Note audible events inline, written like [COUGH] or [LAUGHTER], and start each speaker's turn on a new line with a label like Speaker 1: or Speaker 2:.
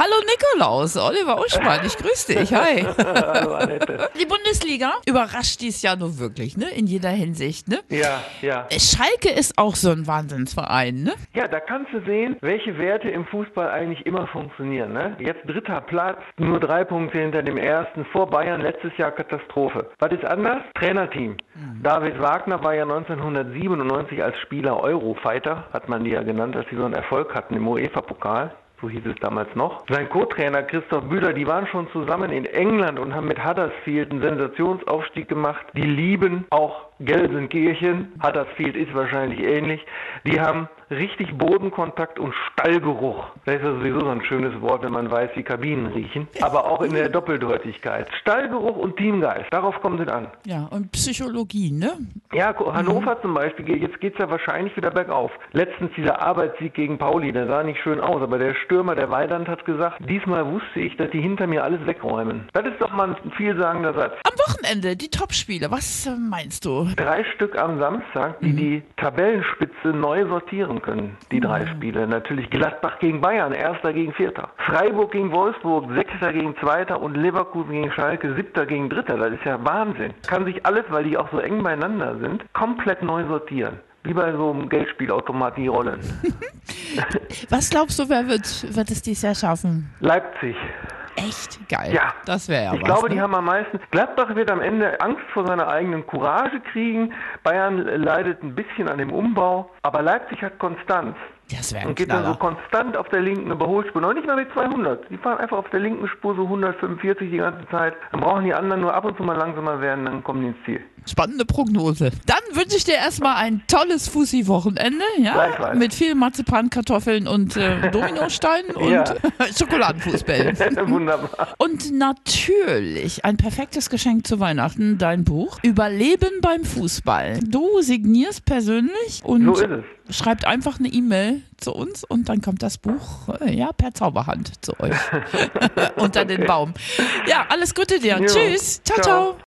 Speaker 1: Hallo Nikolaus, Oliver Uschmann, ich grüße dich. Hi.
Speaker 2: [LAUGHS] Hallo Annette.
Speaker 1: [LAUGHS] Die Bundesliga überrascht dies Jahr nur wirklich, ne? In jeder Hinsicht, ne?
Speaker 2: Ja, ja.
Speaker 1: Schalke ist auch so ein Wahnsinnsverein, ne?
Speaker 2: Ja, da kannst du sehen, welche Werte im Fußball eigentlich immer funktionieren. Ne? Jetzt dritter Platz, nur drei Punkte hinter dem ersten, vor Bayern, letztes Jahr Katastrophe. Was ist anders? Trainerteam. David Wagner war ja 1997 als Spieler Eurofighter, hat man die ja genannt, als sie so einen Erfolg hatten im UEFA-Pokal so hieß es damals noch. Sein Co-Trainer Christoph Bühler, die waren schon zusammen in England und haben mit Huddersfield einen Sensationsaufstieg gemacht. Die lieben auch Gelsenkirchen. Huddersfield ist wahrscheinlich ähnlich. Die haben richtig Bodenkontakt und Stallgeruch. Das ist ja sowieso so ein schönes Wort, wenn man weiß, wie Kabinen riechen. Aber auch in der Doppeldeutigkeit. Stallgeruch und Teamgeist, darauf kommt es an.
Speaker 1: Ja, und Psychologie, ne?
Speaker 2: Ja, Ko- Hannover zum Beispiel, jetzt geht es ja wahrscheinlich wieder bergauf. Letztens dieser Arbeitssieg gegen Pauli, der sah nicht schön aus, aber der Stürmer, der Weidand, hat gesagt, diesmal wusste ich, dass die hinter mir alles wegräumen. Das ist doch mal ein vielsagender Satz.
Speaker 1: Am Wochenende, die Topspiele, was äh, meinst du?
Speaker 2: Drei Stück am Samstag,
Speaker 1: Mhm.
Speaker 2: die die Tabellenspitze neu sortieren können, die
Speaker 1: Mhm.
Speaker 2: drei Spiele. Natürlich Gladbach gegen Bayern, Erster gegen Vierter. Freiburg gegen Wolfsburg, Sechster gegen Zweiter und Leverkusen gegen Schalke, Siebter gegen Dritter. Das ist ja Wahnsinn. Kann sich alles, weil die auch so eng beieinander sind, komplett neu sortieren. Wie bei so einem Geldspielautomat die Rollen.
Speaker 1: Was glaubst du, wer wird, wird es dies Jahr schaffen?
Speaker 2: Leipzig.
Speaker 1: Echt geil.
Speaker 2: Ja.
Speaker 1: Das wäre ja
Speaker 2: Ich
Speaker 1: was.
Speaker 2: glaube,
Speaker 1: ne?
Speaker 2: die haben am meisten. Gladbach wird am Ende Angst vor seiner eigenen Courage kriegen. Bayern leidet ein bisschen an dem Umbau. Aber Leipzig hat Konstanz.
Speaker 1: das wäre ein
Speaker 2: Und geht dann so
Speaker 1: Knaller.
Speaker 2: konstant auf der linken Überholspur. Noch nicht mal mit 200. Die fahren einfach auf der linken Spur so 145 die ganze Zeit. Dann brauchen die anderen nur ab und zu mal langsamer werden, dann kommen die ins Ziel.
Speaker 1: Spannende Prognose. Dann wünsche ich dir erstmal ein tolles Fussi-Wochenende, ja?
Speaker 2: Gleichfalls.
Speaker 1: Mit viel Marzipan, Kartoffeln und äh,
Speaker 2: [LAUGHS]
Speaker 1: Dominosteinen und
Speaker 2: Ja.
Speaker 1: [LAUGHS] Schokoladenfußbällen.
Speaker 2: [LAUGHS] Wunderbar.
Speaker 1: Und natürlich ein perfektes Geschenk zu Weihnachten, dein Buch Überleben beim Fußball. Du signierst persönlich und
Speaker 2: So ist es.
Speaker 1: schreibt einfach eine E-Mail zu uns und dann kommt das Buch äh, ja per [LAUGHS]
Speaker 2: [LAUGHS]
Speaker 1: Zauberhand zu euch unter den Baum. Ja, alles Gute dir.
Speaker 2: Jo.
Speaker 1: Tschüss. Ciao, ciao.
Speaker 2: Ciao.
Speaker 1: ciao.